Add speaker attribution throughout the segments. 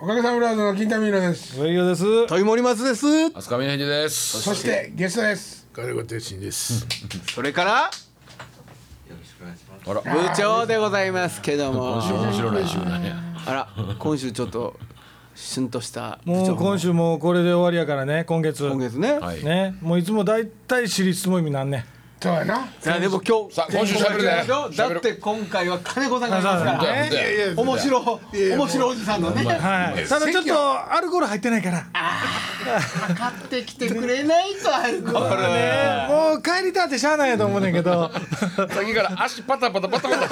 Speaker 1: おかげさまブラザーの金田美宏です。
Speaker 2: 上行です。
Speaker 3: 豊森松です
Speaker 4: 飛鳥峰秀です
Speaker 1: そしてゲストです。
Speaker 5: 金子哲信です。
Speaker 3: それから
Speaker 4: あら
Speaker 3: 部長でございますけども
Speaker 4: 面白い来週だね
Speaker 3: あら今週ちょっとしゅんとした部
Speaker 2: も
Speaker 3: 長
Speaker 2: う今週もこれで終わりやからね、今月。
Speaker 3: 今月ね、
Speaker 4: はい
Speaker 2: ね、もういつもだいたい私立も意味なんね。
Speaker 1: そうやな。
Speaker 3: いやでも今日
Speaker 4: さあ今週喋るね
Speaker 3: でしょだって今回は金子さんがいま
Speaker 2: そ
Speaker 3: すか
Speaker 2: う
Speaker 3: ら
Speaker 2: だ
Speaker 3: ね
Speaker 4: いやいや
Speaker 3: 面白面白おじさんのね
Speaker 2: はい。ただちょっとアルコール入ってないから。
Speaker 3: 買ってきてくれないとあるこれ
Speaker 2: ね、もう帰りたってしゃあないやと思うねんけど。
Speaker 4: 先から足パタパタパタパタ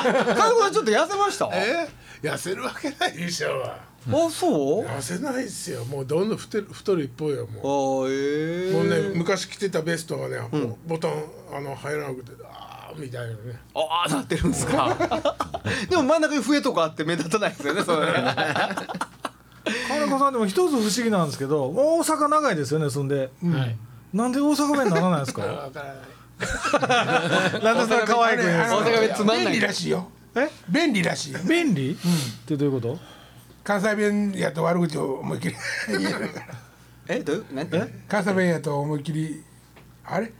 Speaker 3: 金子さんちょっと痩せました
Speaker 5: え痩せるわけないでしょうわ。
Speaker 3: あそう
Speaker 5: 痩せないですよ。もうどんどん太る太る一方よも
Speaker 3: あ
Speaker 5: う。もうね
Speaker 3: ええ
Speaker 5: 昔着てたベストがね、もうボタンあの入らなくてああみたいなね。
Speaker 3: ああなってるんですかでも真ん中に笛とかあって目立たないですよねそれね
Speaker 2: 金子さんでも一つ不思議なんですけど、大阪長いですよね、そんで。なんで大阪弁にならないんですか。
Speaker 5: わからない。
Speaker 2: なんでそんな可愛く言うんです
Speaker 3: 大
Speaker 2: か。
Speaker 3: 阪弁つまんな
Speaker 1: 便利
Speaker 3: い
Speaker 1: らしいよ。
Speaker 2: え、
Speaker 1: 便利らしいよ。
Speaker 2: 便利、ってどういうこと。
Speaker 1: 関西弁やと悪口を思いっきり言えるから。
Speaker 3: えどういうなんて
Speaker 1: 関西弁やと思いっきり。あれ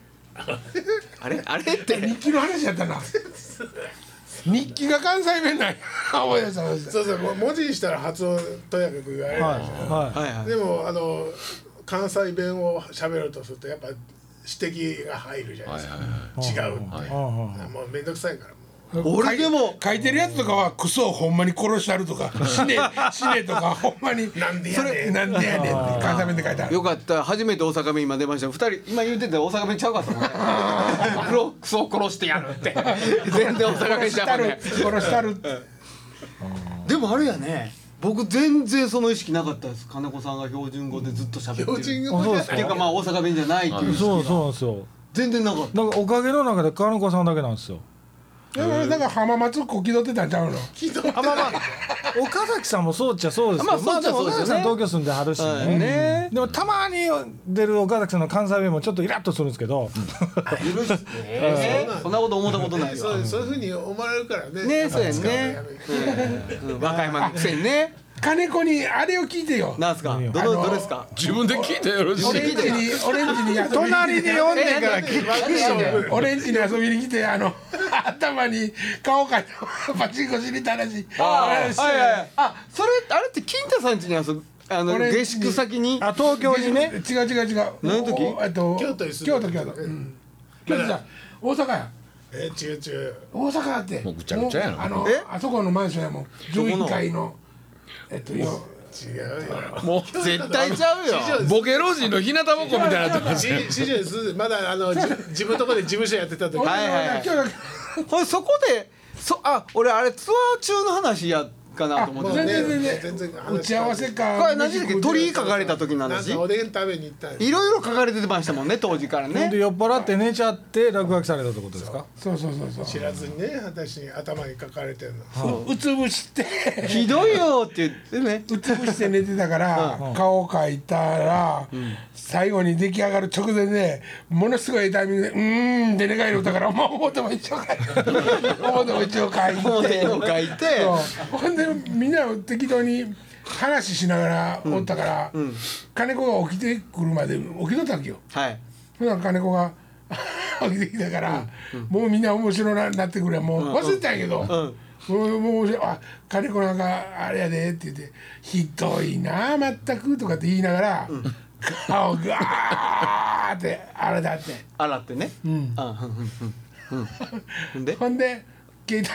Speaker 3: あれあれって
Speaker 1: 日記の話やったな。日記が関西弁なんや。思い出した思い出した。
Speaker 5: そうそうもう文字にしたら発音とやかく言われる
Speaker 2: はい、
Speaker 5: でし
Speaker 2: は
Speaker 3: はいはい
Speaker 5: ょ。でもあの関西弁を喋ろうとするとやっぱ指摘が入るじゃないですか。違うって。
Speaker 2: い。うんうん
Speaker 5: もうめんどくさいからも
Speaker 3: 俺でも
Speaker 1: 書いてるやつとかはクソをほんまに殺してあるとか死ね死ねとかほんまになんでやねんなんでやねんって関西弁で書いてある
Speaker 3: よかった初めて大阪弁今出ました二人今言ってた大阪弁ちゃうかと思った黒クソ殺してやるって全然大阪
Speaker 1: 殺
Speaker 3: 弁ち
Speaker 1: し
Speaker 3: ゃ
Speaker 1: た
Speaker 3: う
Speaker 1: る
Speaker 3: ね
Speaker 1: 殺したる
Speaker 3: でもあれやね僕全然その意識なかったです金子さんが標準語でずっと喋ってる
Speaker 5: う。標準
Speaker 2: あ
Speaker 5: 語
Speaker 2: そう
Speaker 5: じ
Speaker 2: で
Speaker 5: ゃ
Speaker 2: す
Speaker 5: な
Speaker 3: てい
Speaker 5: いう
Speaker 3: かまあ大阪弁じゃないっていう
Speaker 2: そうそうなんですよ。
Speaker 3: 全然なかっ
Speaker 2: なんかおかげの中で金子さんだけなんですよ。
Speaker 1: でもだから浜松こき取ってたんちゃうの
Speaker 2: あまあまあ岡崎さんもそうっちゃそうですけど、
Speaker 3: まあそうっちゃそうです
Speaker 2: まあでも岡
Speaker 3: よね
Speaker 2: 崎さん東京住んではるしね,、
Speaker 3: はいね
Speaker 2: でもたまに出る岡崎さんの関西弁もちょっとイラッとするんですけど、
Speaker 3: た許してえーそんなこと思ったことない
Speaker 5: そ
Speaker 3: よ
Speaker 5: うそういうふうに思われるからね。
Speaker 3: ねそうやんねうん和歌山のくせにね
Speaker 1: 金子にあれを聞いてよ
Speaker 3: なんすかどのどれですか
Speaker 4: 自分で聞いてよろしい
Speaker 1: オレンジにオレンジに遊びに来て
Speaker 2: 隣に呼んでから
Speaker 5: びっくりしたもん
Speaker 1: オレンジに遊びに来てあの頭に顔かいてパチンコしに行った話あ
Speaker 3: あはいはいあそれあれって金太さん家に遊ぶあの
Speaker 1: 俺んち
Speaker 3: 下宿先に
Speaker 2: あ東京にね
Speaker 1: 違う違う違う
Speaker 3: 何の時
Speaker 1: おえっと
Speaker 5: 京都に住
Speaker 1: 京
Speaker 5: ん
Speaker 1: 都
Speaker 5: で
Speaker 1: 京都
Speaker 5: た時
Speaker 1: うん京都じゃん大阪や
Speaker 5: え違う違う。
Speaker 1: 大阪だって
Speaker 4: もうぐちゃぐちゃやな
Speaker 1: もうあの
Speaker 3: え
Speaker 1: あそこのマンションやもん
Speaker 3: この
Speaker 1: 11階のえっとよ
Speaker 5: 違うよ。
Speaker 4: も
Speaker 3: 絶対ちゃうよ
Speaker 4: うボケ老人の日向ぼっこみたいになってます
Speaker 5: ししじですまだあのじ自分のところで事務所やってた時、
Speaker 3: はいはいはい
Speaker 1: 今日
Speaker 3: ほいそこでそあ俺あれツアー中の話やかなと思
Speaker 5: も
Speaker 3: っ
Speaker 5: う
Speaker 3: て
Speaker 5: ね
Speaker 1: 全然全然
Speaker 5: 全然話変わる
Speaker 1: 打ち合わせか
Speaker 3: これ何時だっけ鳥居書
Speaker 1: か
Speaker 3: かれた時の
Speaker 5: なん
Speaker 3: 話
Speaker 5: かおでん食べに行ったんです
Speaker 3: いろいろ書かれてましたもんね当時から
Speaker 2: ほんで
Speaker 3: ね
Speaker 2: 酔っ払って寝ちゃって落書きされたってことですか
Speaker 1: そうそうそうそう
Speaker 5: 知らずにね私に頭に書かれてるの
Speaker 1: ううつぶして
Speaker 3: ひどいよって言ってね
Speaker 1: うつぶして寝てたから顔を描いたら最後に出来上がる直前でものすごいタイミングで「うーん」で寝返り打った から「もう表も一応描いて表も一応
Speaker 3: も
Speaker 1: 描
Speaker 3: う
Speaker 1: いて
Speaker 3: 手」を書いて
Speaker 1: そうほんでみんな適当に話しながらおったから、金子が起きてくるまで起きとったわけよ
Speaker 3: はい
Speaker 1: ほな金子が 起きてきたから、もうみんな面白ななってくれもう忘れてたんやけど、もうもう面白いあ金子なんかあれやでって言って「ひどいなまったく」とかって言いながら、顔がーってあれだって
Speaker 3: 洗ってねうんうんうんうんうんで
Speaker 1: ほんでケイタの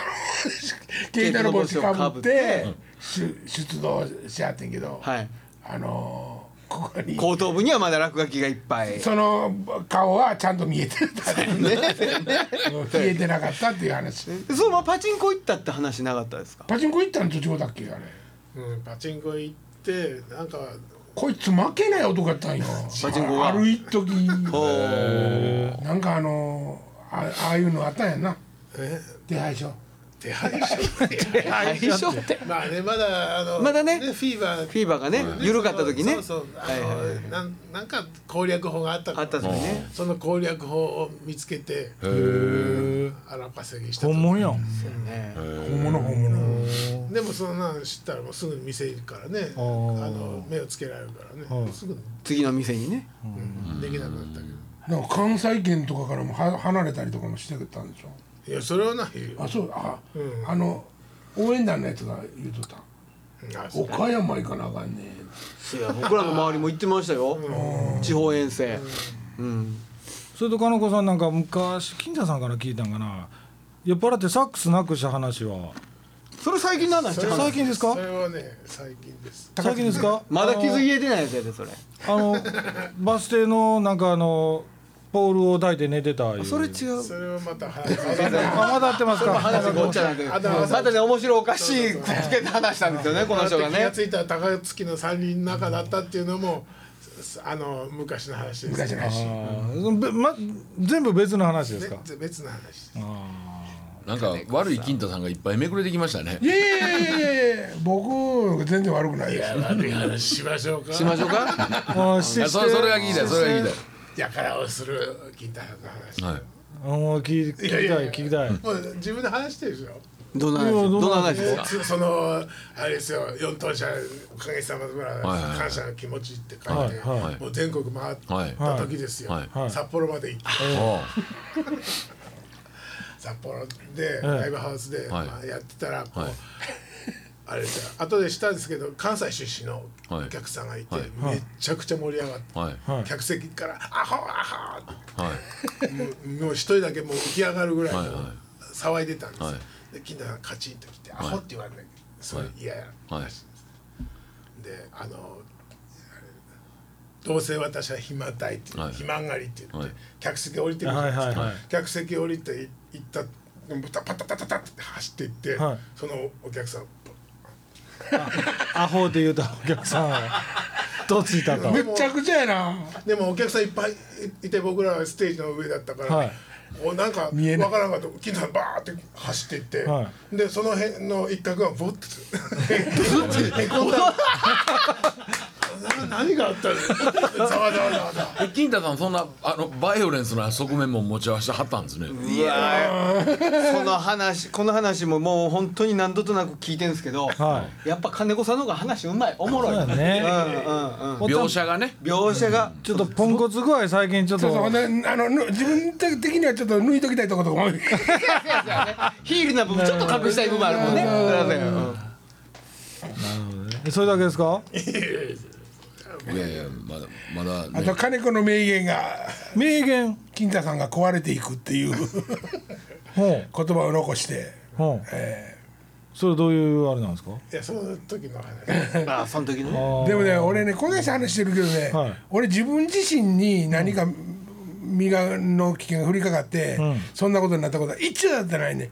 Speaker 1: ケイタの帽子かぶって出出動しはってんけど、
Speaker 3: はい
Speaker 1: あのーここに
Speaker 3: 後頭部にはまだ落書きがいっぱい
Speaker 1: その顔はちゃんと見えてたっていう 消えてなかったっていう話
Speaker 3: そうまあパチンコ行ったって話なかったですか
Speaker 1: パチンコ行ったの途中だっけあれ
Speaker 5: うん、パチンコ行ってなんか
Speaker 1: こいつ負けない男やったんよ
Speaker 3: パチンコが
Speaker 1: 歩いとき
Speaker 3: おー
Speaker 1: なんかあのあああいうのあったんやんな
Speaker 5: え
Speaker 1: 手配書
Speaker 5: 手配書 って
Speaker 3: 最初って
Speaker 5: まあねまだあの
Speaker 3: まだね
Speaker 5: フィーバー
Speaker 3: フィーバーがね緩かった時ね
Speaker 5: そうそうあの、
Speaker 3: はいはい
Speaker 5: なんなんか攻略法があったか
Speaker 3: あ
Speaker 5: ら
Speaker 3: った時ね
Speaker 5: その攻略法を見つけて
Speaker 4: へ
Speaker 5: 荒稼ぎしたと
Speaker 2: 本物やん
Speaker 1: 本物本物
Speaker 5: でもそんなん知ったらもうすぐ店行くからねあ
Speaker 2: あー
Speaker 5: の目をつけられるから
Speaker 2: は
Speaker 5: ね
Speaker 2: い
Speaker 5: すぐ、
Speaker 3: 次の店にね
Speaker 5: うん、できなくなったけ
Speaker 1: なんか関西圏とかからもは離れたりとかもしてたんでしょ
Speaker 5: どいやそれはないよ
Speaker 1: あそうあ、
Speaker 5: うん
Speaker 1: あの応援団のやつが言うとった
Speaker 5: あそう
Speaker 1: 岡山行かなあかんね
Speaker 3: いや僕らの周りも行ってましたよ地方遠征うん
Speaker 2: それと金子さんなんか昔金田さんから聞いたんかな酔っ払ってサックスなくした話は
Speaker 3: それ最近なんなん
Speaker 5: それは
Speaker 2: 最近ですか
Speaker 5: それはね最近です
Speaker 2: 最近ですか
Speaker 3: まだ気づいてないやつやでそれ
Speaker 2: あのバス停のなんかあのポールを抱いて寝てたいう
Speaker 3: それ違う
Speaker 5: それはまた話
Speaker 2: あまだやってますか
Speaker 3: 話ごっちゃなんでまたね面白おかしいくっつけて話したんですよねこの人が
Speaker 5: 気
Speaker 3: ね
Speaker 5: がついたら高槻の山林の中だったっていうのもあの昔の話です
Speaker 1: 昔の話
Speaker 2: あーべま全部別の話ですか
Speaker 5: 別別の話
Speaker 4: なんか悪い金太さんがいっぱいめくれてきましたね
Speaker 1: えいやいやいやいやいや僕全然悪くないです
Speaker 5: 悪い話しましょうか
Speaker 4: しましょうか
Speaker 2: あーし
Speaker 4: いや
Speaker 2: て
Speaker 4: それそれが聞いたいそれが聞い
Speaker 5: やからをする金太さんの話、
Speaker 4: たいはい
Speaker 2: あー聞き聞きた
Speaker 5: いやいや
Speaker 2: い聞きたい
Speaker 5: もう自分で話してるでしょ
Speaker 3: どんな話どんな話ですか
Speaker 5: つそのあれですよ四等車おかげさまでほら
Speaker 4: はいはい
Speaker 5: 感謝の気持ちって書いて、
Speaker 2: はい
Speaker 4: はい
Speaker 5: もう全国回った時ですよ、
Speaker 4: はい
Speaker 2: はい
Speaker 5: 札幌まで行って、
Speaker 4: あ
Speaker 5: 札幌で
Speaker 2: はい
Speaker 5: ライブハウスで、
Speaker 4: はい
Speaker 5: まあ、やってたらこう、
Speaker 4: はい
Speaker 5: あれですよ後でしたんですけど関西出身のお客さんがいて、
Speaker 4: はい
Speaker 5: めっちゃくちゃ盛り上がって、
Speaker 4: あはい
Speaker 2: はい
Speaker 5: 客席から「アホアホ!」
Speaker 4: は
Speaker 5: って
Speaker 4: い
Speaker 5: もうもう一人だけもう浮き上がるぐらい
Speaker 4: はい
Speaker 5: の
Speaker 4: はい
Speaker 5: 騒いでたんですよ、
Speaker 4: はい
Speaker 5: で金田がカチンと来て「アホ」って言われないそれ嫌や、
Speaker 4: はい
Speaker 5: であのあれどうせ私は暇たいって、
Speaker 4: はい
Speaker 5: 肥満狩りって言って、
Speaker 4: はい
Speaker 5: 客席降りてくる
Speaker 2: はいはいはい
Speaker 5: 客席降りてい行ったパタパタパタって走っていって、
Speaker 2: はい
Speaker 5: そのお客さん
Speaker 2: アホって言うたお客さんはどついたか
Speaker 1: めっちゃくちゃやな
Speaker 5: でもお客さんいっぱいいて僕らはステージの上だったから、
Speaker 2: はい
Speaker 5: おなんか
Speaker 1: 見え
Speaker 5: 分
Speaker 1: ない
Speaker 5: からんかった金さんバーって走っていって、
Speaker 2: は
Speaker 5: でその辺の一角がボッてへこんだ な何があったの ざわざわざわざわ
Speaker 4: え金太さんそんなあのバイオレンスな側面も持ち合わせてはったんですね
Speaker 3: いやーその話この話ももう本当に何度となく聞いてるんですけど、
Speaker 2: は
Speaker 3: やっぱ金子さんの方が話うまいおもろい
Speaker 2: そう だね
Speaker 3: うんうんうん、
Speaker 4: 描写がね
Speaker 3: 描写が
Speaker 2: ちょっとポンコツ具合最近ちょっ
Speaker 1: そ
Speaker 2: と
Speaker 1: うそうほんであのぬ自分的にはちょっと抜いときたいとことかも多い
Speaker 3: ヒールな部分ちょっと隠したい部分あるもんねうん
Speaker 2: それだけですか
Speaker 4: いやいやまだまだ
Speaker 1: あ
Speaker 4: ね
Speaker 1: と金子の名言が
Speaker 2: 名言
Speaker 1: 金太さんが壊れていくっていう
Speaker 2: ほう
Speaker 1: 言葉を残して
Speaker 2: ほうそれどういうあれなんですか
Speaker 5: いやその時の話
Speaker 3: まあその時の
Speaker 2: あ
Speaker 3: ね
Speaker 2: ー
Speaker 1: でもね俺ねこんな人話してるけどね、
Speaker 2: はい
Speaker 1: 俺自分自身に何か身がの危険が降りかかって、
Speaker 2: ん
Speaker 1: そんなことになったことは一度だってないね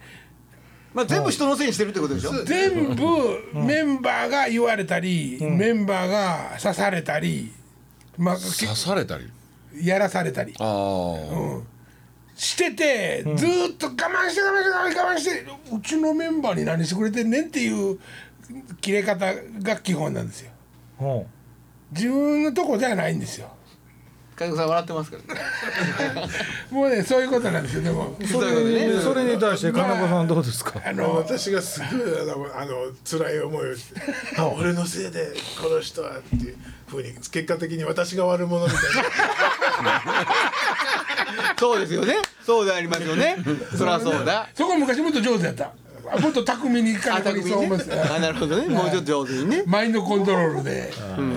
Speaker 3: まあ全部人のせいにしてるってことでしょ
Speaker 1: 全部メンバーが言われたり、メンバーが刺されたり、まあ、き
Speaker 4: 刺されたり
Speaker 1: やらされたり
Speaker 4: ああ
Speaker 1: してて、ずーっと我慢して我慢して我慢してうちのメンバーに何してくれてんねんっていう切れ方が基本なんですよ
Speaker 2: ほ
Speaker 1: 自分のとこじゃないんですよ
Speaker 3: 金子さん笑ってますからね
Speaker 1: もうねそういうことなんですよでも
Speaker 2: うそれにそれに対して金子さんどうですか
Speaker 1: あ
Speaker 5: あの
Speaker 1: の
Speaker 5: 私がすごいあのあの辛い思いをしてあ俺のせいでこの人はっていうふうに結果的に私が悪者みたいな
Speaker 3: そうですよねそうでありますよねそりゃそうだ
Speaker 1: そこ昔もっと上手やったもっと巧みに
Speaker 3: あ
Speaker 1: 金
Speaker 3: た
Speaker 1: 子に
Speaker 3: くみ
Speaker 1: そう
Speaker 3: ね
Speaker 1: 思います
Speaker 3: あなるほどねもうちょっと上手にね
Speaker 1: マインドコントロールで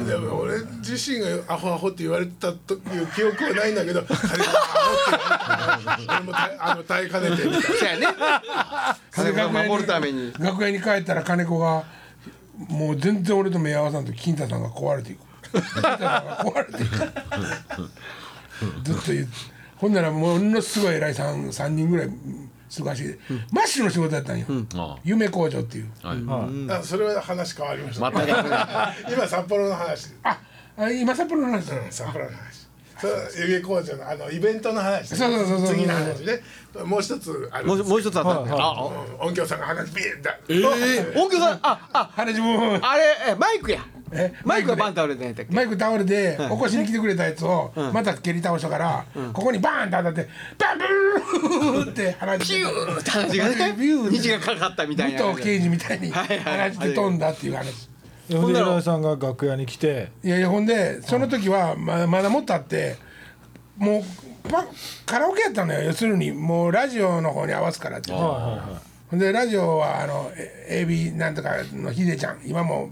Speaker 5: でも俺自身がアホアホって言われてたという記憶はないん だけど、金子さんアホって言われてた俺もたあの耐えかねてみたいな
Speaker 3: そうやね金子さんを守るために
Speaker 1: 楽屋に帰ったら金子がもう全然俺と目合わさんと金太さんが壊れていく金太さんが壊れていくずっと言うほんならものすごい偉いさん3人ぐらい忙しいマッシュの仕事やったんよ、
Speaker 4: あ
Speaker 1: 夢工場っていう
Speaker 4: あはい
Speaker 5: あそれは話変わりました、
Speaker 4: また
Speaker 5: 今札幌の話
Speaker 1: ああ今札幌の話だ
Speaker 5: 札幌の話そう湯気工場のあのイベントの話ね
Speaker 1: そうそうそうそう
Speaker 5: 次の話ねもう一つある
Speaker 3: もうもう一つあったんだよ、
Speaker 2: はい
Speaker 3: ああ
Speaker 5: うん音響さんが話ビーンだ
Speaker 4: え
Speaker 3: 音響さんああ
Speaker 1: 話も
Speaker 3: あれえマイクや
Speaker 1: え
Speaker 3: マイクが
Speaker 1: で
Speaker 3: バン倒れてんやったっけ
Speaker 1: マイク倒れて起こしに来てくれたやつをまた蹴り倒したからここにバーンって当たってバンブーンって鼻血
Speaker 3: ピューって話がね
Speaker 1: ビュー
Speaker 3: 虹がかかったみたいな
Speaker 1: 武藤
Speaker 3: 感じ
Speaker 1: 刑事みたいに
Speaker 3: はいはい
Speaker 1: 鼻血で飛んだっていう話
Speaker 2: ほんで浦井さんが楽屋に来て
Speaker 1: いやいやほんでその時はままだもっとあってもうパカラオケやったのよ要するにもうラジオの方に合わすからって
Speaker 2: はいはいはい
Speaker 1: ほんでラジオはあのえ AB なんとかのヒデちゃん今も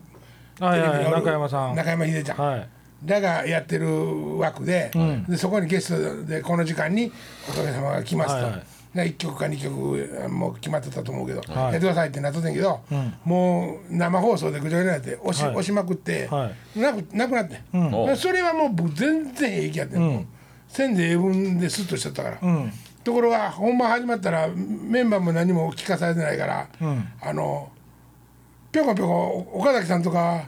Speaker 2: はいはい
Speaker 1: テレビにおる
Speaker 2: 中山さん
Speaker 1: 中山秀ちゃん、
Speaker 2: はい
Speaker 1: らがやってる枠で,、でそこにゲストでこの時間におかげさまが来ますと、
Speaker 2: はいはい
Speaker 1: で1曲か2曲もう決まってたと思うけど、
Speaker 2: はい
Speaker 1: やってくださいってなっとってんけど、もう生放送でぐちゃぐちゃになって押し,、
Speaker 2: はい
Speaker 1: 押しまくって、
Speaker 2: は
Speaker 1: なくなくなってん、
Speaker 4: ん
Speaker 1: でそれはもう僕全然平気やってん、もうせんで英文でスッとしちゃったから。
Speaker 2: うん
Speaker 1: ところが本番始まったらメンバーも何も聞かされてないから、
Speaker 2: ん
Speaker 1: あのぴょこぴょこ岡崎さんとか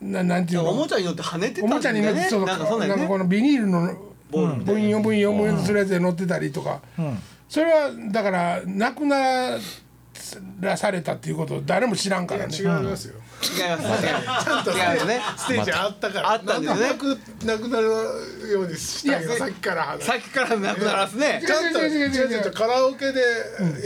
Speaker 1: ななんていうの
Speaker 3: おもちゃに乗って跳ねてた
Speaker 1: お
Speaker 3: んだよね
Speaker 1: もちゃに乗ってそう
Speaker 3: なんかそんなん
Speaker 1: なん
Speaker 3: や
Speaker 1: か
Speaker 3: ね
Speaker 1: このビニールの
Speaker 3: ボールみ
Speaker 1: 分4分4分するやつで乗ってたりとか、それはだからなくならされたっていうことを誰も知らんからね
Speaker 5: 違いますよ
Speaker 3: 違います違います
Speaker 5: ちゃんとステ
Speaker 3: 違うよね
Speaker 5: ージあったから
Speaker 3: あったんですね
Speaker 5: なんかなくなるようにしたい
Speaker 1: いや
Speaker 5: さっきから話
Speaker 3: さっきからなくならすね
Speaker 5: ちゃんと
Speaker 1: 違う違う違う違う
Speaker 5: ちゃんとカラオケで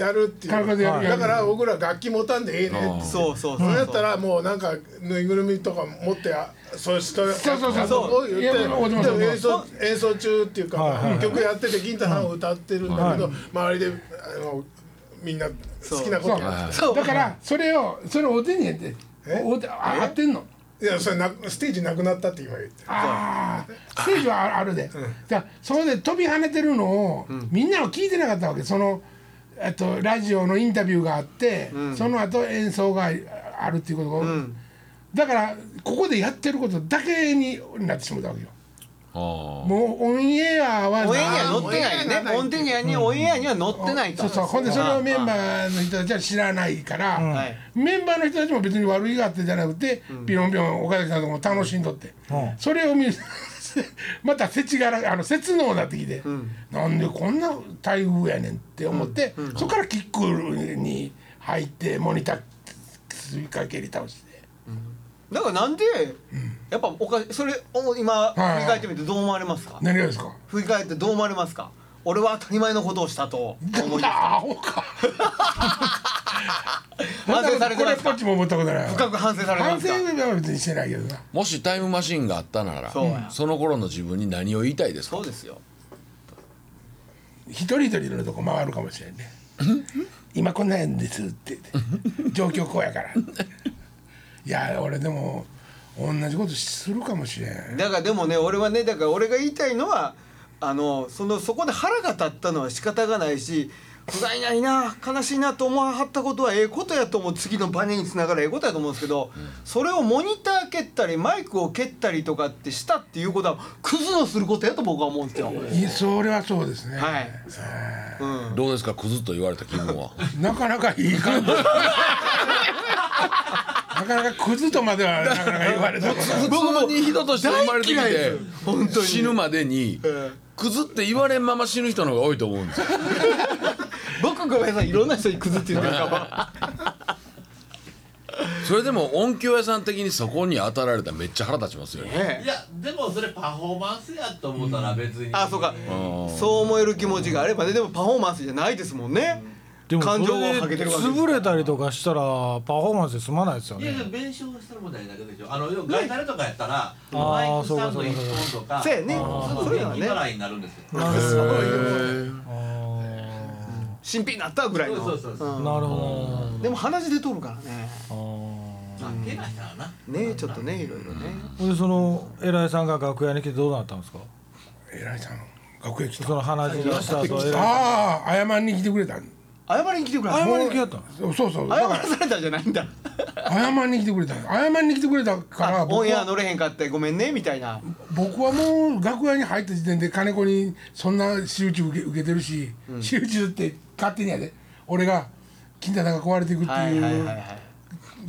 Speaker 5: やるっていう、
Speaker 1: カラオケでやる
Speaker 5: だから僕ら楽器持たんでええねって
Speaker 3: そうそう
Speaker 5: そ
Speaker 3: そう
Speaker 5: れやったらもうなんかぬいぐるみとか持ってあそうした
Speaker 1: そうそうそう
Speaker 5: そう言って
Speaker 1: いやもう
Speaker 5: でも演奏演奏中っていうか、曲やってて銀太さんを歌ってるんだけど、周りであのみんな好きなことやって
Speaker 3: そう
Speaker 1: だからそれをそれをお手に入れてお手あ合ってんの。
Speaker 5: ていやそれなステージなくなったって今言って
Speaker 1: ああステージはあるで、じゃあそこで飛び跳ねてるのを、みんなは聞いてなかったわけそのえっとラジオのインタビューがあって、その後演奏がああるっていうことが、だからここでやってることだけになってしまったわけよ
Speaker 4: ーあ
Speaker 1: もうオンエアは
Speaker 3: オンエア乗ってないねオンテニアにオンエアには乗ってない
Speaker 1: そ
Speaker 3: か
Speaker 1: う
Speaker 3: ら
Speaker 1: そうほんでそれをメンバーの人たちは知らないから、
Speaker 3: はい
Speaker 1: メンバーの人たちも別に悪いがあってじゃなくて、ピロンピロン岡崎さんとかも楽しんどって、
Speaker 2: うん
Speaker 1: それを見る またせちがらあの節能になってきて、なんでこんな待遇やねんって思って、そこからキックに入ってモニターすりかけり倒して。
Speaker 3: だからなんでやっぱおかそれを今振り
Speaker 1: はい
Speaker 3: 返ってみてどう思われますか
Speaker 1: 何がですか
Speaker 3: 振り返ってどう思われますか俺は当たり前のことをしたと思いま す
Speaker 1: あアホか
Speaker 3: 反省されて
Speaker 1: こ
Speaker 3: ま
Speaker 1: れっ
Speaker 3: す
Speaker 1: ぽっ
Speaker 3: か
Speaker 1: ちも思ったことないわ
Speaker 3: 深く反省されてま
Speaker 1: 反
Speaker 3: す
Speaker 1: 省
Speaker 3: か
Speaker 1: は別にしてないけどな
Speaker 4: もしタイムマシンがあったなら
Speaker 3: そうや
Speaker 4: その頃の自分に何を言いたいですか
Speaker 3: そうですよ
Speaker 1: 一人一人のとこ回るかもしれんね今こんなんですって状況こう やからいや俺でも同じことするかもしれん
Speaker 3: だからでもね俺はねだから俺が言いたいのはあのそのそこで腹が立ったのは仕方がないし不甲斐ないな悲しいなと思わはったことはええことやと思う次のバネにつながるええことやと思うんですけど、それをモニター蹴ったりマイクを蹴ったりとかってしたっていうことはクズのすることやと僕は思うんですよ。
Speaker 1: いそれはそうですね、
Speaker 3: はい、うん、
Speaker 4: どうですかクズと言われた気分は
Speaker 1: なかなかいい 感じなかなかクズとまではなかなか言われた ことない
Speaker 4: 僕も人として生まれてき
Speaker 3: 大嫌い
Speaker 4: て
Speaker 3: で本当に
Speaker 4: 死ぬまでに
Speaker 3: ん
Speaker 4: クズって言われんまま死ぬ人の方が多いと思うんですよ
Speaker 3: 僕ごめんなさいいろんな人にクズって言ってる か
Speaker 4: それでも音響屋さん的にそこに当たられたらめっちゃ腹立ちますよ
Speaker 3: も、
Speaker 4: ね
Speaker 3: ね
Speaker 6: い、やでもそれパフォーマンスやと思ったら別に、
Speaker 3: あそうか
Speaker 4: ん
Speaker 3: そう思える気持ちがあればねでもパフォーマンスじゃないですもんね、
Speaker 2: でもそ
Speaker 3: 感情を
Speaker 2: れで
Speaker 3: はけてるわけです
Speaker 2: 潰れたりとかしたらパフォーマンスで済まないですよ
Speaker 6: いやい
Speaker 2: ね
Speaker 6: や弁償した問題だけでしょあの要はガイタレとかやったら、マイクスタンド一本とか
Speaker 3: そうやね
Speaker 6: す
Speaker 3: そう
Speaker 6: ぐ
Speaker 3: やね
Speaker 6: 元気払いになるんですよ
Speaker 2: なるほど
Speaker 3: 新品になったぐらいの
Speaker 6: そうそうそう
Speaker 3: うん
Speaker 2: なるほ
Speaker 3: でも鼻血出とるからね
Speaker 2: どあ
Speaker 6: まあ怪我したらな
Speaker 3: ねちょっとねいろいろね
Speaker 2: ーでその偉いさんが楽屋に来てどうなったんですか
Speaker 1: 偉いさん楽屋来た
Speaker 2: その鼻血がした後偉いさん
Speaker 1: ああ謝りに来てくれた
Speaker 3: 謝りに来てくれ
Speaker 2: 謝り
Speaker 3: 謝
Speaker 2: に来はったの
Speaker 1: そうそうそうだから
Speaker 3: らされたじゃないんだ
Speaker 1: 謝りに来てくれた謝りに来てくれたか
Speaker 3: あ
Speaker 1: ら
Speaker 3: オン
Speaker 1: 僕
Speaker 3: エア
Speaker 1: は
Speaker 3: 乗れへんかってごめんねみたいな
Speaker 1: 僕はもう楽屋に入った時点で金子にそんな仕打ち受け受けてるし、仕打ちって勝手にやで俺が金太さんが壊れていくって
Speaker 3: はいはいはいいうはい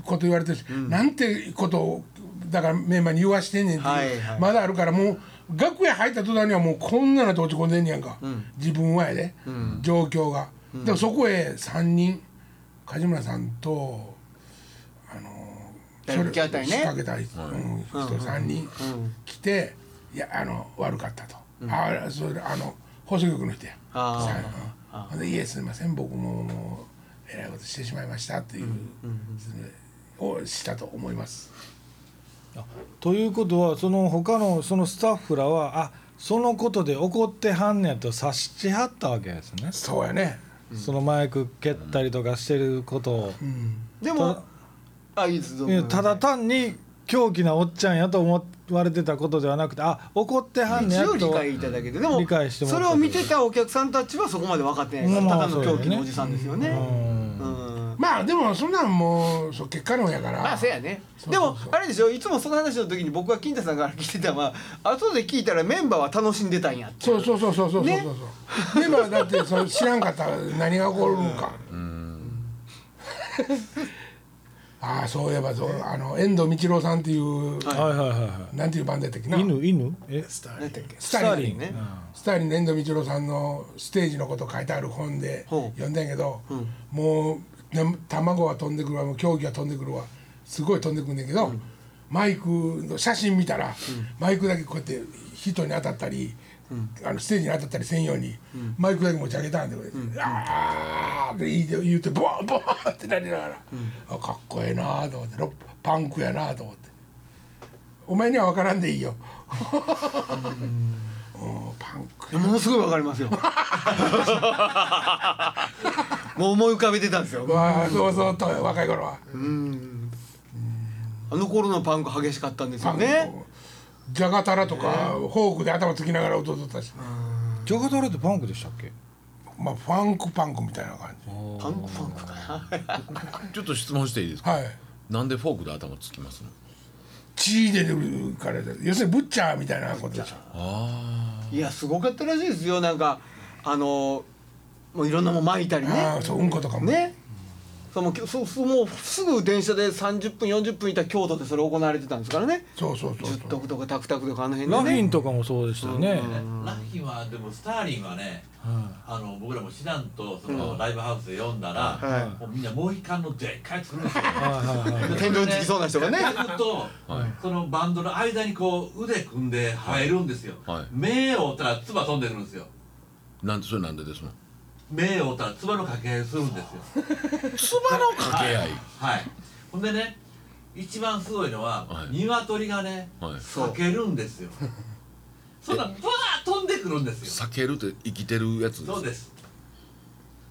Speaker 1: こと言われてるし、なんてことをだからメンバーに言わしてんねんっていう、
Speaker 3: はいはい
Speaker 1: まだあるからもう楽屋入った途端にはもうこんななと落ち込んでんねやんか、自分はやで、状況が、だからそこへ3人梶村さんと
Speaker 3: だいぶキャータイ
Speaker 1: 仕掛
Speaker 3: ね
Speaker 1: けたり、うん、人3人来て、いやあの悪かったと、あそれあの放送局の人や
Speaker 3: あー
Speaker 1: さんうんでいえすみません僕ももうえらいことしてしまいましたっていう、をしたと思います
Speaker 2: ということはその他のそのスタッフらはあそのことで怒ってはんねやと察しはったわけですね、
Speaker 1: そうやね
Speaker 2: そのマイク蹴ったりとかしてることを、
Speaker 3: でもあいいですどう
Speaker 2: いや
Speaker 3: も
Speaker 2: ただ単に狂気なおっちゃんやと思われてたことではなくてあ怒ってはんねや
Speaker 3: 一応理
Speaker 2: と
Speaker 3: 解いただけででも
Speaker 2: 理解してもら
Speaker 3: そ
Speaker 2: った
Speaker 3: れを見てたお客さんたちはそこまで分かってないから
Speaker 2: まあ
Speaker 3: ただの
Speaker 2: そう
Speaker 3: 狂
Speaker 2: だ
Speaker 3: 気
Speaker 2: よね
Speaker 3: のおじさんですよねうん
Speaker 1: まあでもそんなんもうそう結果論やから、
Speaker 3: まあせやね
Speaker 1: そう
Speaker 3: で
Speaker 1: そうそう
Speaker 3: もあれでしょいつもその話の時に僕は金太さんから聞いてたのは後で聞いたらメンバーは楽しんでたんやって
Speaker 1: そうそうそうそうそうそうそう
Speaker 3: ね
Speaker 1: そう、メンバーだってその知らんかったら何が起こるのか、ああそういえばそうあの遠藤道郎さんっていう、
Speaker 2: はいはいはいは
Speaker 1: なんていうバンドやったっけない
Speaker 2: 犬犬え
Speaker 5: スタ
Speaker 3: 何や
Speaker 5: ー
Speaker 3: ったっけ
Speaker 1: ス
Speaker 2: ス
Speaker 1: タ
Speaker 2: タ
Speaker 1: ー
Speaker 2: ー
Speaker 1: リ
Speaker 2: リ
Speaker 1: ン
Speaker 2: ン
Speaker 3: ね
Speaker 1: スターリンの遠藤道郎さんのステージのこと書いてある本で
Speaker 3: ほう
Speaker 1: 読んだんやけど、もうな卵は飛んでくるわもう競技は飛んでくるわすごい飛んでくるんだけど、マイクの写真見たら、マイクだけこうやって人に当たったり、あのステージに当たったりせんように、マイクだけ持ち上げたんで、あーって言って言ってボーンボーンってなりながら、あかっこええなと思ってロパンクやなと思って。お前には分からんでいいよ。 うんパンク。
Speaker 3: ものすごい分かりま すよもう思い浮かべてたんですよ
Speaker 1: わあそうそうと若い頃は、
Speaker 3: あの頃のパンク激しかったんです
Speaker 1: パ
Speaker 3: よ
Speaker 1: ンク
Speaker 3: ね
Speaker 1: ジャガタラとか、フォークで頭つきながら踊ってたし、
Speaker 2: ジャガタラってパンクでしたっけ
Speaker 1: まあファンクパンクみたいな感じ
Speaker 3: パンクパンクかな
Speaker 4: ちょっと質問していいですか
Speaker 1: はい
Speaker 4: なんでフォークで頭つきますの
Speaker 1: 血出てくるからだ要するにブッチャーみたいなことでしょ
Speaker 3: いやすごかったらしいですよなんかあのもういろんなもん巻いたり
Speaker 1: あ
Speaker 3: ね
Speaker 1: あそううんことかも、
Speaker 3: ねそうもうきょそうそうもうすぐ電車で30分40分いた京都でそれ行われてたんですからね
Speaker 1: そうそうそう
Speaker 3: 十
Speaker 1: そう
Speaker 3: 徳とかタクタクとかあの辺
Speaker 2: ラフ
Speaker 3: で
Speaker 2: ィ
Speaker 3: ね
Speaker 2: ンとかもそうでしたよね、
Speaker 6: ラッキーはでもスターリンはね、あの僕らも知らんとそのライブハウスで読んだら、
Speaker 3: は
Speaker 6: もうみんなモヒカンのでっかい作るんですよ。
Speaker 2: はいはいはい
Speaker 3: 天井につきそうな人がね
Speaker 6: ずっとそのバンドの間にこう腕組んで入るんですよ。
Speaker 4: はい
Speaker 6: 目を追ったら唾飛んでくるんですよ。
Speaker 4: なんでそれなんでですの
Speaker 6: 目を追ったら唾の掛け合いをするんですよ。
Speaker 4: 妻の 掛け合い
Speaker 6: はい。ほんでね、一番すごいのは、
Speaker 4: はい
Speaker 6: 鶏がね、
Speaker 4: はい
Speaker 6: 避けるんですよ。そんなバーッ飛んでくるんですよ。
Speaker 4: 避けるって生きてるやつです
Speaker 6: そうです。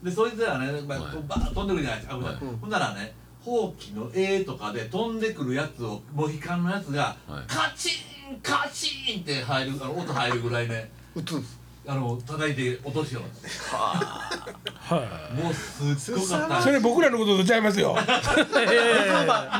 Speaker 6: で、そいつらね、まあ
Speaker 4: はい
Speaker 6: こうバーッ飛んでくるじゃないですか。危ない
Speaker 4: はい
Speaker 6: ほんならね、ほうきの絵とかで飛んでくるやつをモヒカンのやつが、
Speaker 4: はい
Speaker 6: カチンカチンって入るあの音入るぐらいね
Speaker 3: 打つんです
Speaker 6: あの叩いて落としてるんですもうすっごかった
Speaker 1: それ僕らのこととちゃいますよ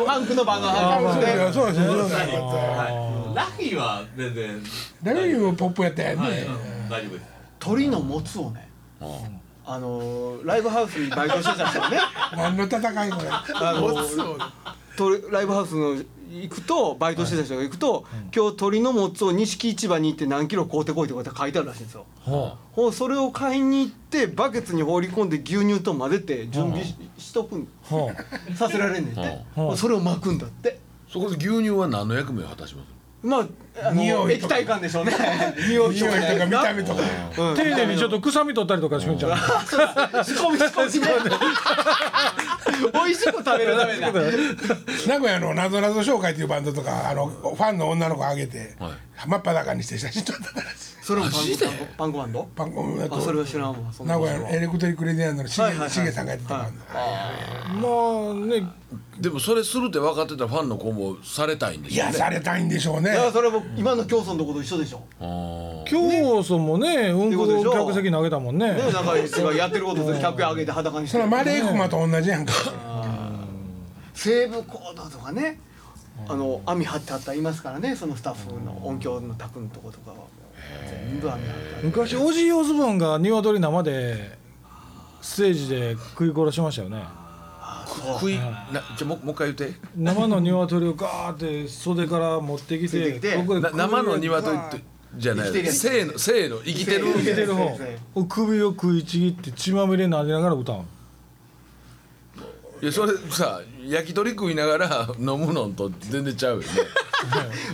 Speaker 3: パンクのバンドの話
Speaker 1: そう
Speaker 3: で
Speaker 1: です
Speaker 3: すね
Speaker 1: よそうですよそうですよ
Speaker 6: はいラフィーは全然
Speaker 1: ラグビーもポップやったやんね、
Speaker 6: はい、うん大丈夫です
Speaker 3: 鳥のもつをね
Speaker 4: あ
Speaker 3: あのーライブハウスにバイトしてた人 がね
Speaker 1: 何の戦いこれ
Speaker 3: あのー鳥ライブハウスの行くとバイトしてた人が行くと、今日鳥のもつを錦市場に行って何キロ買うてこいってことが書いてあるらしいんですよ
Speaker 2: は
Speaker 3: ほうそれを買いに行ってバケツに放り込んで牛乳と混ぜて準備し,、とくん
Speaker 2: あはあ
Speaker 3: させられんねんって、
Speaker 2: うん
Speaker 3: ほうそれを巻くんだって
Speaker 4: そこで牛乳は何の役目を果たします
Speaker 3: まああ
Speaker 1: 匂いと
Speaker 3: の液
Speaker 1: か
Speaker 3: 体感でしょうね匂
Speaker 1: 匂いとか見た目とか
Speaker 3: うん
Speaker 2: 丁寧にちょっと臭み取ったりとかしめちゃう
Speaker 3: 仕込み仕込みね美味しく食べる ためだ
Speaker 1: 名古屋のなぞなぞ紹介というバンドとかあのファンの女の子あげて、
Speaker 4: は
Speaker 1: 真っ裸にして写真撮ったからです
Speaker 3: それもパンクパンクバンド
Speaker 1: パンコンだと
Speaker 3: あそれは知らんわそんな
Speaker 1: 名
Speaker 3: こ
Speaker 1: 古
Speaker 3: とは
Speaker 1: 屋のエレクトリック・レディアンドのしげ,、
Speaker 3: はいはいはい
Speaker 1: さんがやってたバンド、
Speaker 2: まあね
Speaker 4: でもそれするって分かってたらファンの子もされたいんで
Speaker 1: い
Speaker 4: しょ
Speaker 1: や
Speaker 4: うね
Speaker 1: されたいんでしょうね
Speaker 3: だからそれはもう今の競争のとこと一緒でしょ
Speaker 4: あ
Speaker 2: 教祖もねうん
Speaker 3: ってことでし
Speaker 2: こ
Speaker 3: ょ
Speaker 2: 客席投げたもんね
Speaker 3: ね中井氏がやってることで客上げて裸にし
Speaker 1: それ
Speaker 3: て
Speaker 1: はマレークマと同じやんか
Speaker 3: 西武コードとかねあの網張ってあったりいますからねそのスタッフの音響の宅のとことかはもう全部網張ってある
Speaker 2: 昔オジー・オズボーンが鶏生でステージで食い殺しましたよね
Speaker 4: あ食いなじゃあもうもう一回言って
Speaker 2: 生の鶏をガーって袖から持ってき
Speaker 3: ついて
Speaker 2: て
Speaker 3: きて
Speaker 2: ここで
Speaker 4: な
Speaker 2: 食い
Speaker 4: 生の鶏ってじゃな
Speaker 3: 生きてる
Speaker 4: い
Speaker 3: やつ
Speaker 4: 生の生の生きてる
Speaker 3: 生き
Speaker 2: 出てる方
Speaker 3: ですね
Speaker 2: 首を食いちぎって血まみれになりながら歌うの
Speaker 4: いやそれさ焼き鳥食いながら飲むのと全然ちゃうよね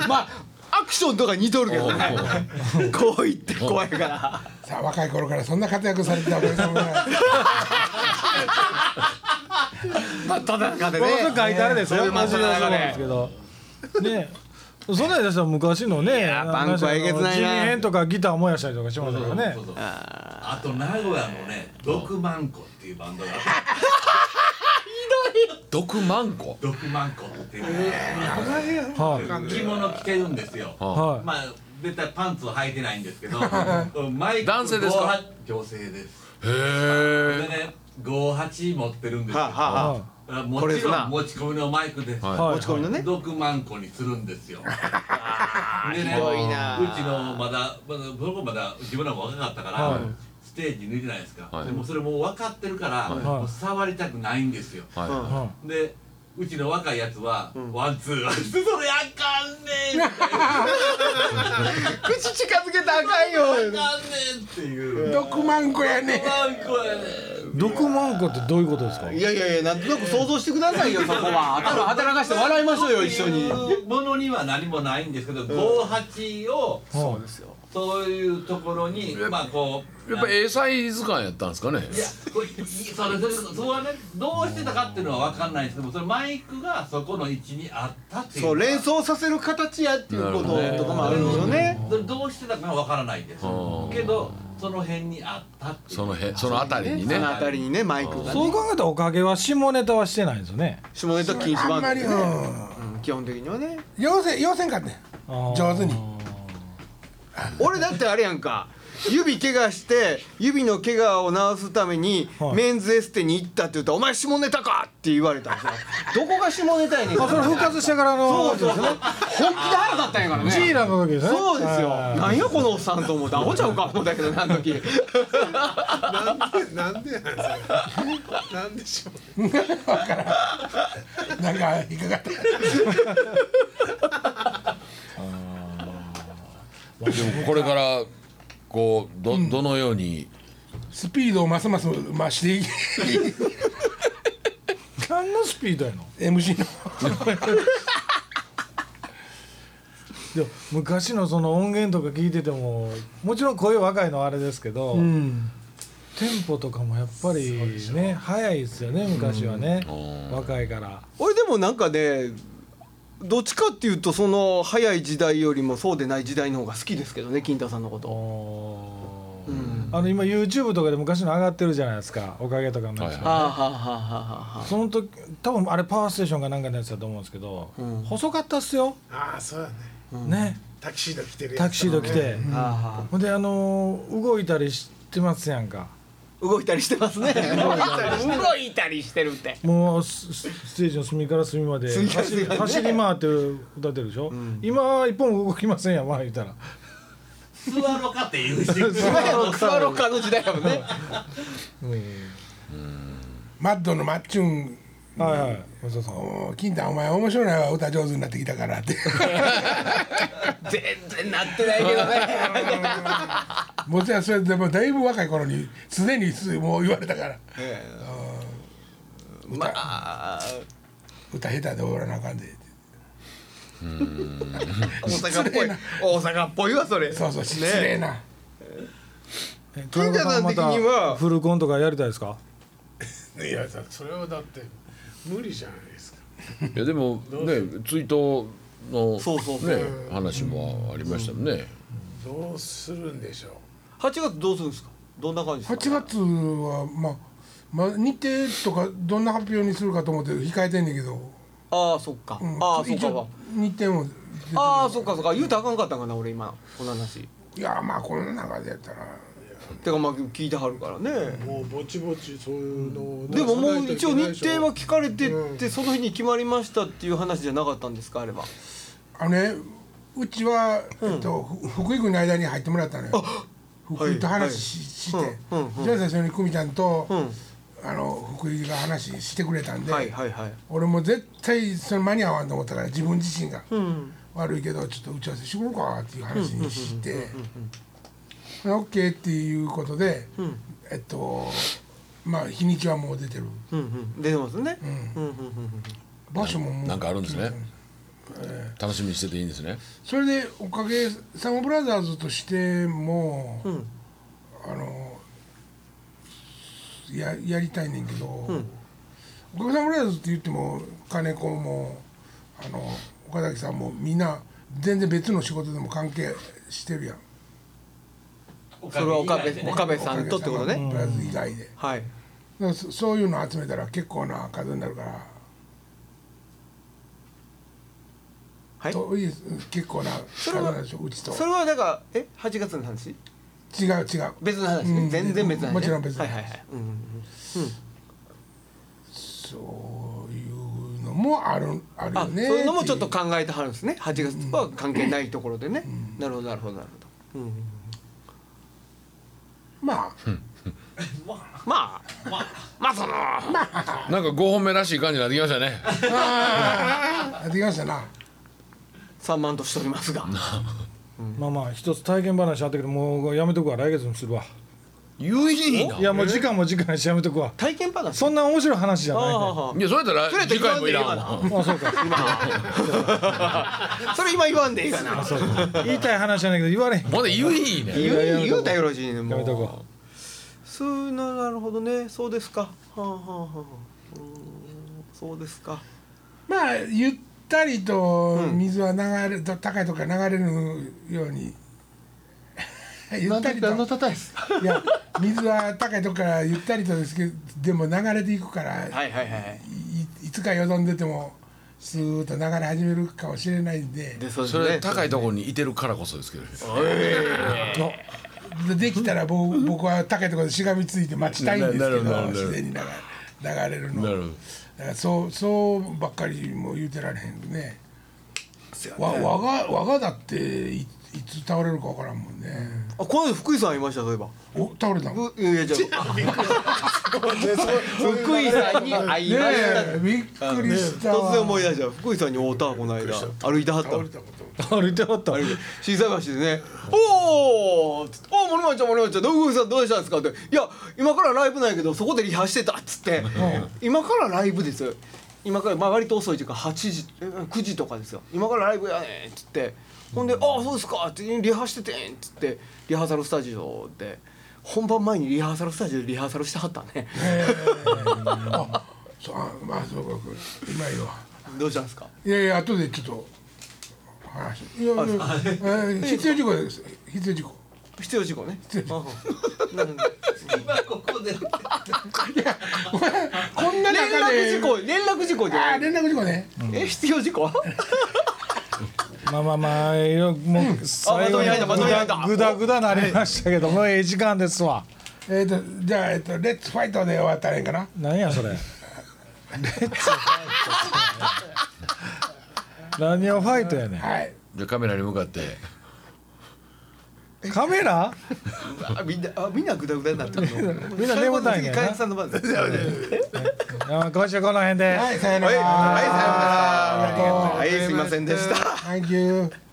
Speaker 3: まあアクションとか似とるけどねこう言って怖いから
Speaker 1: さあ若い頃からそんな活躍されてたお客様が
Speaker 3: まあただ中で
Speaker 2: こ
Speaker 3: ね
Speaker 2: れ書いてあるですよ
Speaker 3: そういう真っ只中
Speaker 2: なんですけ
Speaker 3: で
Speaker 2: どねそんなんでしたら昔のね
Speaker 3: やパンクはえげつないな
Speaker 2: 地味編とかギター燃やしたりとかしますからね
Speaker 6: そうそうあと名古屋のね毒マンコっていうバンドがあって
Speaker 4: 毒まんこ
Speaker 6: 毒マンコっていうのがあって
Speaker 2: は
Speaker 6: 着物着てるんですよ
Speaker 2: いはい
Speaker 6: まあ絶対パンツは履いてないんですけどマイク
Speaker 4: 男性ですか
Speaker 6: 58女性です
Speaker 4: へえ
Speaker 6: でね58持ってるんです
Speaker 3: はあ
Speaker 6: よ
Speaker 3: はあはこ
Speaker 6: も
Speaker 3: れで
Speaker 6: ち
Speaker 3: す
Speaker 6: ろ
Speaker 3: なん
Speaker 6: 持ち込みのマイクです
Speaker 4: はい
Speaker 3: あ
Speaker 2: はい
Speaker 3: 持ち込みのね
Speaker 6: 毒まんこにするんですよ。でね、
Speaker 3: ひどいな
Speaker 6: うちのまだまだその子まだ自分らも若かったから、
Speaker 2: はい
Speaker 6: ステージ抜いてないですか。
Speaker 4: はい
Speaker 6: でもそれもう分かってるから、
Speaker 4: はい
Speaker 6: もう触りたくないんですよ。
Speaker 4: はい
Speaker 3: うん
Speaker 2: は
Speaker 6: で。うちの若いやつは、ワンツーワン ツーそれあかんねんみたいなあ
Speaker 3: 口近づけたらあかん
Speaker 6: かんね
Speaker 3: よ
Speaker 6: んっていう
Speaker 1: 毒まんこやね
Speaker 6: ワンコやね
Speaker 2: い毒マンコってどういうことですか
Speaker 3: いやいやいやなんとなく想像してください よそこは頭働かして笑いましょうよ一緒に
Speaker 6: そういうものには何もないんですけど、58を
Speaker 2: そう
Speaker 3: ですよ
Speaker 6: そういうところにまあこう
Speaker 4: やっぱええサイズ感やったんですかね
Speaker 6: いやこれいいそれそれそれはねどうしてたかっていうのは分かんないんですけどもそれマイクがそこの位置にあったっていう
Speaker 3: そう連想させる形やっていうこととかもあるんですよね
Speaker 6: それどうしてたかは分からないです
Speaker 4: うん
Speaker 6: けどその辺にあったっていう
Speaker 4: その辺その辺りに
Speaker 3: そ
Speaker 4: ね
Speaker 3: の辺りにねマイクが
Speaker 2: そう
Speaker 3: ね
Speaker 2: 考えたらおかげは下ネタはしてないんですよね
Speaker 3: 下ネタ禁止
Speaker 1: あ
Speaker 3: バン
Speaker 1: ん
Speaker 3: ド
Speaker 1: ま
Speaker 3: で
Speaker 1: り
Speaker 3: す
Speaker 1: う
Speaker 3: ね
Speaker 1: ん
Speaker 3: うん基本的にはね
Speaker 1: 要せ要せんかって上手に
Speaker 3: 俺だってあれやんか指怪我して指の怪我を治すために
Speaker 2: はい
Speaker 3: メンズエステに行ったって言ったら「お前下ネタか!」って言われたんですよ どこが下ネタやねん
Speaker 2: あそれ復活してからの
Speaker 3: そうそうそう本気で腹立ったんやからね
Speaker 2: ジーラの時ですね
Speaker 3: そうですよ
Speaker 2: はい
Speaker 3: なんやこのおっさんと思ってアホちゃうか思ったけどなあの時
Speaker 5: なんでなんでなんそれなんでしょう
Speaker 1: なんか引っかかった
Speaker 4: でもこれからこうどどのように
Speaker 1: スピードをますます増していき
Speaker 2: 何のスピードやの
Speaker 1: MC の
Speaker 2: でも昔のその音源とか聞いててももちろん声若いのはあれですけど、
Speaker 1: うん
Speaker 2: テンポとかもやっぱりね早いですよね昔はね、若いから
Speaker 3: 俺でもなんかねどっちかっていうとその早い時代よりもそうでない時代の方が好きですけどね金太さんのことうん
Speaker 2: あの今 YouTube とかで昔の上がってるじゃないですか「おかげ」とかのやつ
Speaker 4: はい
Speaker 3: はあはあはあはあはあ
Speaker 2: その時多分あれパワーステーションかなんかのやつだと思うんですけど、
Speaker 3: うん
Speaker 2: 細かったっすよ、
Speaker 5: ああそうやね
Speaker 2: ね
Speaker 5: タキシード着てるやつ
Speaker 2: タキシード着て、
Speaker 3: はあは
Speaker 2: ほんであのー動いたりしてますやんか
Speaker 3: あ動いたりしてます ね動いたりしてるって
Speaker 2: もうススステージの隅から隅まで
Speaker 3: 隅から
Speaker 2: 走
Speaker 3: 隅
Speaker 2: り
Speaker 3: までね
Speaker 2: 走り回って歌ってるでしょ、今は一本も動きませんやんまあ言うたら
Speaker 6: 座ろかっていうし
Speaker 3: 今やのクワロッカーの時代やもんね
Speaker 1: マッドのマッチュン
Speaker 2: はいはい松田さん
Speaker 1: おー金太お前面白いな歌上手になってきたからって
Speaker 3: 全然なってないけどね
Speaker 1: もちろんそれでもだいぶ若い頃にすでにすもう言われたから
Speaker 3: まあ
Speaker 1: 歌下手でおらなあかんで
Speaker 3: 大阪っぽい 大阪っぽいわそれ
Speaker 1: そうそう失
Speaker 3: ね
Speaker 1: 礼な、
Speaker 2: え
Speaker 3: 金太さん的には
Speaker 2: フルコンとかやりたいですか
Speaker 5: いやだってそれはだって無理じゃないですか
Speaker 4: いやでもね追悼の
Speaker 3: そうそうそう
Speaker 4: ね話もありましたもんね
Speaker 5: どうするんでしょう
Speaker 3: 8月どうするんですかどんな感じです
Speaker 1: 8
Speaker 3: か
Speaker 1: 月はまあ、まあ、日程とかどんな発表にするかと思って控えてんねんけど、
Speaker 3: ああそっか、
Speaker 1: うん
Speaker 3: ああそっ
Speaker 1: 一
Speaker 3: か
Speaker 1: 応日程も
Speaker 3: ああそっかそっか言うたらあかんかったんかな俺今この話
Speaker 1: いやまあこの中でやったら
Speaker 3: てかまあ聞いてはるからね
Speaker 5: もうぼちぼちそういうのを
Speaker 3: でももう一応日程は
Speaker 5: き
Speaker 3: 聞かれて
Speaker 5: う
Speaker 3: ってその日に決まりましたっていう話じゃなかったんですかあれば
Speaker 1: あのねうちは、えっと、ふ福井君の間に入ってもらったのよ福井と
Speaker 3: はい
Speaker 1: 話し,、
Speaker 3: はい
Speaker 1: して、
Speaker 3: うんうんうん
Speaker 1: じゃあ最初に久美ちゃんと、
Speaker 3: ん
Speaker 1: あの福井が話してくれたんで、
Speaker 3: はいはいはい
Speaker 1: 俺も絶対その間に合わんと思ったから自分自身が、
Speaker 3: うん
Speaker 1: 悪いけどちょっと打ち合わせしようかっていう話にしてで OK っていうことで、えっとまあ日にちはもう出てる
Speaker 3: うんうん出てますね、
Speaker 1: 場所ももう
Speaker 4: なんかあるんですね楽しみにしてていいんですね
Speaker 1: それでおかげサムブラザーズとしても、
Speaker 3: ん
Speaker 1: あのややりたいねんけど、おかげさまブラザーズって言っても金子もあの岡崎さんもみんな全然別の仕事でも関係してるやん
Speaker 3: それは岡部岡部
Speaker 1: お
Speaker 3: さ
Speaker 1: かげ
Speaker 3: んとってことね、
Speaker 1: さまブラザーズ以外で、だか
Speaker 3: はい
Speaker 1: らそそういうの集めたら結構な数になるから、
Speaker 3: はい
Speaker 1: といい結構な数
Speaker 3: それ
Speaker 1: に
Speaker 3: は
Speaker 1: なるでしょうちと
Speaker 3: それはなんかえ8月の話
Speaker 1: 違う違う
Speaker 3: 別の話ね、
Speaker 1: うん
Speaker 3: 全然別の話、ね、
Speaker 1: もちろん別の
Speaker 3: はい
Speaker 1: 話
Speaker 3: はいはい、うんうんうん、
Speaker 1: そういうのもあるあるよ
Speaker 3: あ、
Speaker 1: ね
Speaker 3: そういうのもちょっと考えてはるんですね8月とは関係ないところでね、なるほどなるほどなるほど、うん、
Speaker 1: まあ
Speaker 3: まあまあその
Speaker 4: なんか5本目らしい感じになってきましたね
Speaker 1: あできましたな
Speaker 3: 散漫としておりますが
Speaker 2: まあまあ一つ体験話あったけどもうやめとくわ来月にするわ
Speaker 4: 有意義ない
Speaker 2: やもう時間も時間やしやめとくわ
Speaker 3: 体験話
Speaker 2: そんな面白い話じゃ
Speaker 3: あ
Speaker 2: ないね
Speaker 3: ああ
Speaker 4: いやそうやったら
Speaker 3: それやったら
Speaker 4: 次回もいらん
Speaker 3: 言わ
Speaker 4: わ
Speaker 3: んで
Speaker 2: あそうか
Speaker 3: あそれ今言わんでいいかな
Speaker 2: 言いたい話じゃないけど言われへん
Speaker 4: まだ有意義ね
Speaker 3: 言う言うたらよろしいね
Speaker 2: や
Speaker 3: も
Speaker 2: めと
Speaker 3: う
Speaker 2: こ
Speaker 3: そうななるほどねそうですかはあはあはあうーんそうですか
Speaker 1: まあゆったりと水は流れ、と高いとこから流れるよう にゆったりと
Speaker 3: たたです
Speaker 1: いや水は高いとこからゆったりとですけどでも流れていくから、い
Speaker 3: はいはいはい
Speaker 1: いつかよどんでてもスーッと流れ始めるかもしれないんで
Speaker 3: でそうです
Speaker 4: そ
Speaker 3: ね
Speaker 4: れ高いところにいてるからこそですけど
Speaker 1: でできたら僕僕は高いところでしがみついて待ちたいんですけど
Speaker 4: ななるほどなるほど
Speaker 1: 自然に流れ流れるの
Speaker 4: なるほど
Speaker 1: だからそうそうばっかりも言うてられへんね
Speaker 3: すよ
Speaker 1: わ我が我がだっていいつ倒れるかわからんもんね、
Speaker 3: あこの間福井さんいましたそういえば
Speaker 1: お倒れたのね
Speaker 3: ういやじゃ 福井さんに会いました
Speaker 1: えびっくりした
Speaker 3: 突然思い出した福井さんに会うたこの間歩いてはった
Speaker 5: 倒れたこと
Speaker 2: う歩いてはった
Speaker 3: 震災橋でね「おーっつっておお森町森町どうさんどうしたんですか?」って「いや今からライブなんやけどそこでリハしてた」っつって「今からライブですよ今から、まあ、割と遅い時間8時え9時とかですよ今からライブやねん」っつってほんで「ああそうですか」ってリハしててんっつってリハーサルスタジオで本番前にリハーサルスタジオでリハーサルしてはったね
Speaker 1: あそうあまあそうかうまいわ
Speaker 3: どうしたんですか
Speaker 1: いやいや後でちょっと話いやいや、えー必要事項です必要事項
Speaker 3: 必要事項ね
Speaker 6: 今ここで
Speaker 1: これこんな
Speaker 3: 連
Speaker 1: 中で
Speaker 3: 絡事項連絡事項じ
Speaker 1: あー
Speaker 3: ゃない
Speaker 1: 連絡事項ね
Speaker 3: え必要事項
Speaker 2: まあまあまあいろもう最後
Speaker 3: まとめ
Speaker 2: に
Speaker 3: られたまとめられた
Speaker 2: ぐだぐだなりましたけどもうええ時間ですわ
Speaker 1: えっ、とじゃあ、えっと「レッツファイト」で終わったらいいんかな
Speaker 2: 何やそれレッツ何をファイトやね
Speaker 1: はい
Speaker 4: じゃあカメラに向かって
Speaker 2: んカメラ
Speaker 3: あみんなあみんなグダグダになってるの
Speaker 2: みんな眠たいんやな
Speaker 3: 最後の次加谷さんの番です はい
Speaker 2: あ今週この辺で
Speaker 1: はいさよなら
Speaker 3: はいさようなら
Speaker 1: ありがとう
Speaker 3: はいすいませんでした
Speaker 1: Thank you